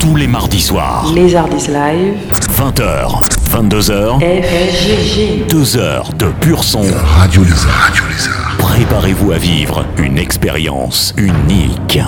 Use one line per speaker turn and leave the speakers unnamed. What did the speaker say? Tous les mardis soirs,
Les Hardis Live,
20h, 22h,
FGG.
2h de pur son.
Radio Lézard. Radio Lézard.
Préparez-vous à vivre une expérience unique.